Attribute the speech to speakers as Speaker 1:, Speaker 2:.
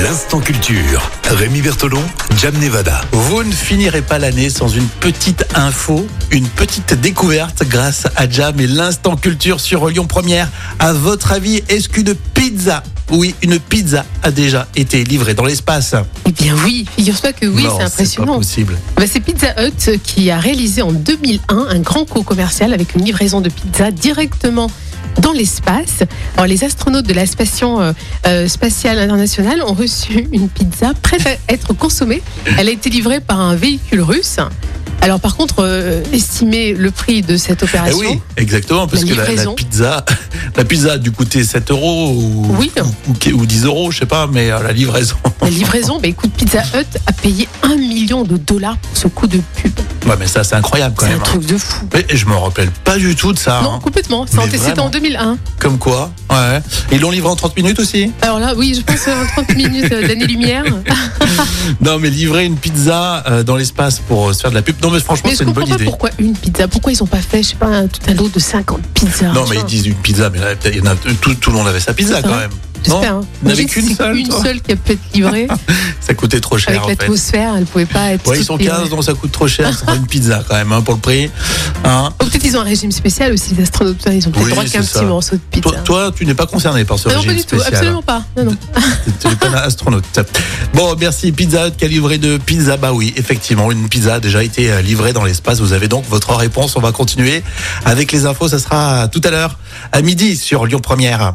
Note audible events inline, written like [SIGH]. Speaker 1: L'instant culture. Rémi Bertolon, Jam Nevada.
Speaker 2: Vous ne finirez pas l'année sans une petite info, une petite découverte grâce à Jam et l'instant culture sur Lyon Première. À votre avis, est-ce qu'une pizza, oui, une pizza a déjà été livrée dans l'espace
Speaker 3: Eh bien oui, figure-toi que oui,
Speaker 2: Non,
Speaker 3: c'est
Speaker 2: pas
Speaker 3: impressionnant.
Speaker 2: possible. Eh
Speaker 3: Bah, c'est Pizza Hut qui a réalisé en 2001 un grand co commercial avec une livraison de pizza directement dans l'espace. Alors les astronautes de la station euh, euh, spatiale internationale ont reçu une pizza prête à être consommée. Elle a été livrée par un véhicule russe. Alors par contre, euh, estimer le prix de cette
Speaker 2: Eh
Speaker 3: opération.
Speaker 2: oui, exactement, parce
Speaker 3: La
Speaker 2: que la, la
Speaker 3: livraison.
Speaker 2: pizza, la pizza a dû coûter 7 euros ou,
Speaker 3: Oui.
Speaker 2: ou, ou- ou 10 euros, je sais pas, mais euh, la livraison. [LAUGHS]
Speaker 3: La livraison, bah, écoute, Pizza Hut a payé 1 million de dollars pour ce coup de pub.
Speaker 2: Ouais, mais ça, c'est incroyable quand
Speaker 3: C'est un
Speaker 2: même. hein.
Speaker 3: truc de fou.
Speaker 2: Mais je me rappelle pas du tout de ça.
Speaker 3: Non,
Speaker 2: hein.
Speaker 3: complètement. C'est en-
Speaker 2: Mais
Speaker 3: C'était
Speaker 2: vraiment.
Speaker 3: en 2001.
Speaker 2: Comme quoi, ouais. Ils l'ont livré en 30 minutes aussi
Speaker 3: Alors là, oui, je pense euh, 30 [LAUGHS] minutes euh, d'année-lumière.
Speaker 2: Non, mais livrer une pizza euh, dans l'espace pour euh, se faire de la pub. Non, mais franchement,
Speaker 3: Mais je
Speaker 2: c'est une
Speaker 3: comprends
Speaker 2: bonne
Speaker 3: pas
Speaker 2: idée.
Speaker 3: pourquoi une pizza. Pourquoi ils ont pas fait, je sais pas, un- tout un lot de 50 pizzas.
Speaker 2: Non,
Speaker 3: tu
Speaker 2: mais ils
Speaker 3: vois.
Speaker 2: disent une pizza, mais là, peut-être il y en a- euh, tout, tout le monde avait sa pizza
Speaker 3: C'est
Speaker 2: quand
Speaker 3: vrai.
Speaker 2: même. Non,
Speaker 3: J'espère. hein.
Speaker 2: n'avait
Speaker 3: Imagine
Speaker 2: qu'une
Speaker 3: si c'est
Speaker 2: seule,
Speaker 3: Une
Speaker 2: toi.
Speaker 3: seule qui a pu être
Speaker 2: [LAUGHS]
Speaker 3: livrée
Speaker 2: ça coûtait trop cher
Speaker 3: avec
Speaker 2: en fait.
Speaker 3: l'atmosphère. Elle pouvait pas être.
Speaker 2: Ouais, ils sont
Speaker 3: toute livrée.
Speaker 2: 15, donc ça coûte trop cher. C'est une pizza quand même, hein, pour le prix. Hein.
Speaker 3: Oh, peut-être ils ont un régime spécial aussi, les astronautes. Ils ont peut-être
Speaker 2: Oui,
Speaker 3: droit qu'un
Speaker 2: c'est ça.
Speaker 3: petit morceau de pizza.
Speaker 2: Toi, toi, tu n'es pas concerné par ce
Speaker 3: Ah non,
Speaker 2: régime
Speaker 3: pas du tout,
Speaker 2: spécial. hein.
Speaker 3: absolument pas. Non, non.
Speaker 2: Tu n'es pas un astronaute. Bon, merci. Pizza Hut qui a livré de pizza. Bah oui, effectivement, une pizza a déjà été euh, livrée dans l'espace. Vous avez donc votre réponse. On va continuer avec les infos. Ça sera tout à l'heure, à midi, sur Lyon Première.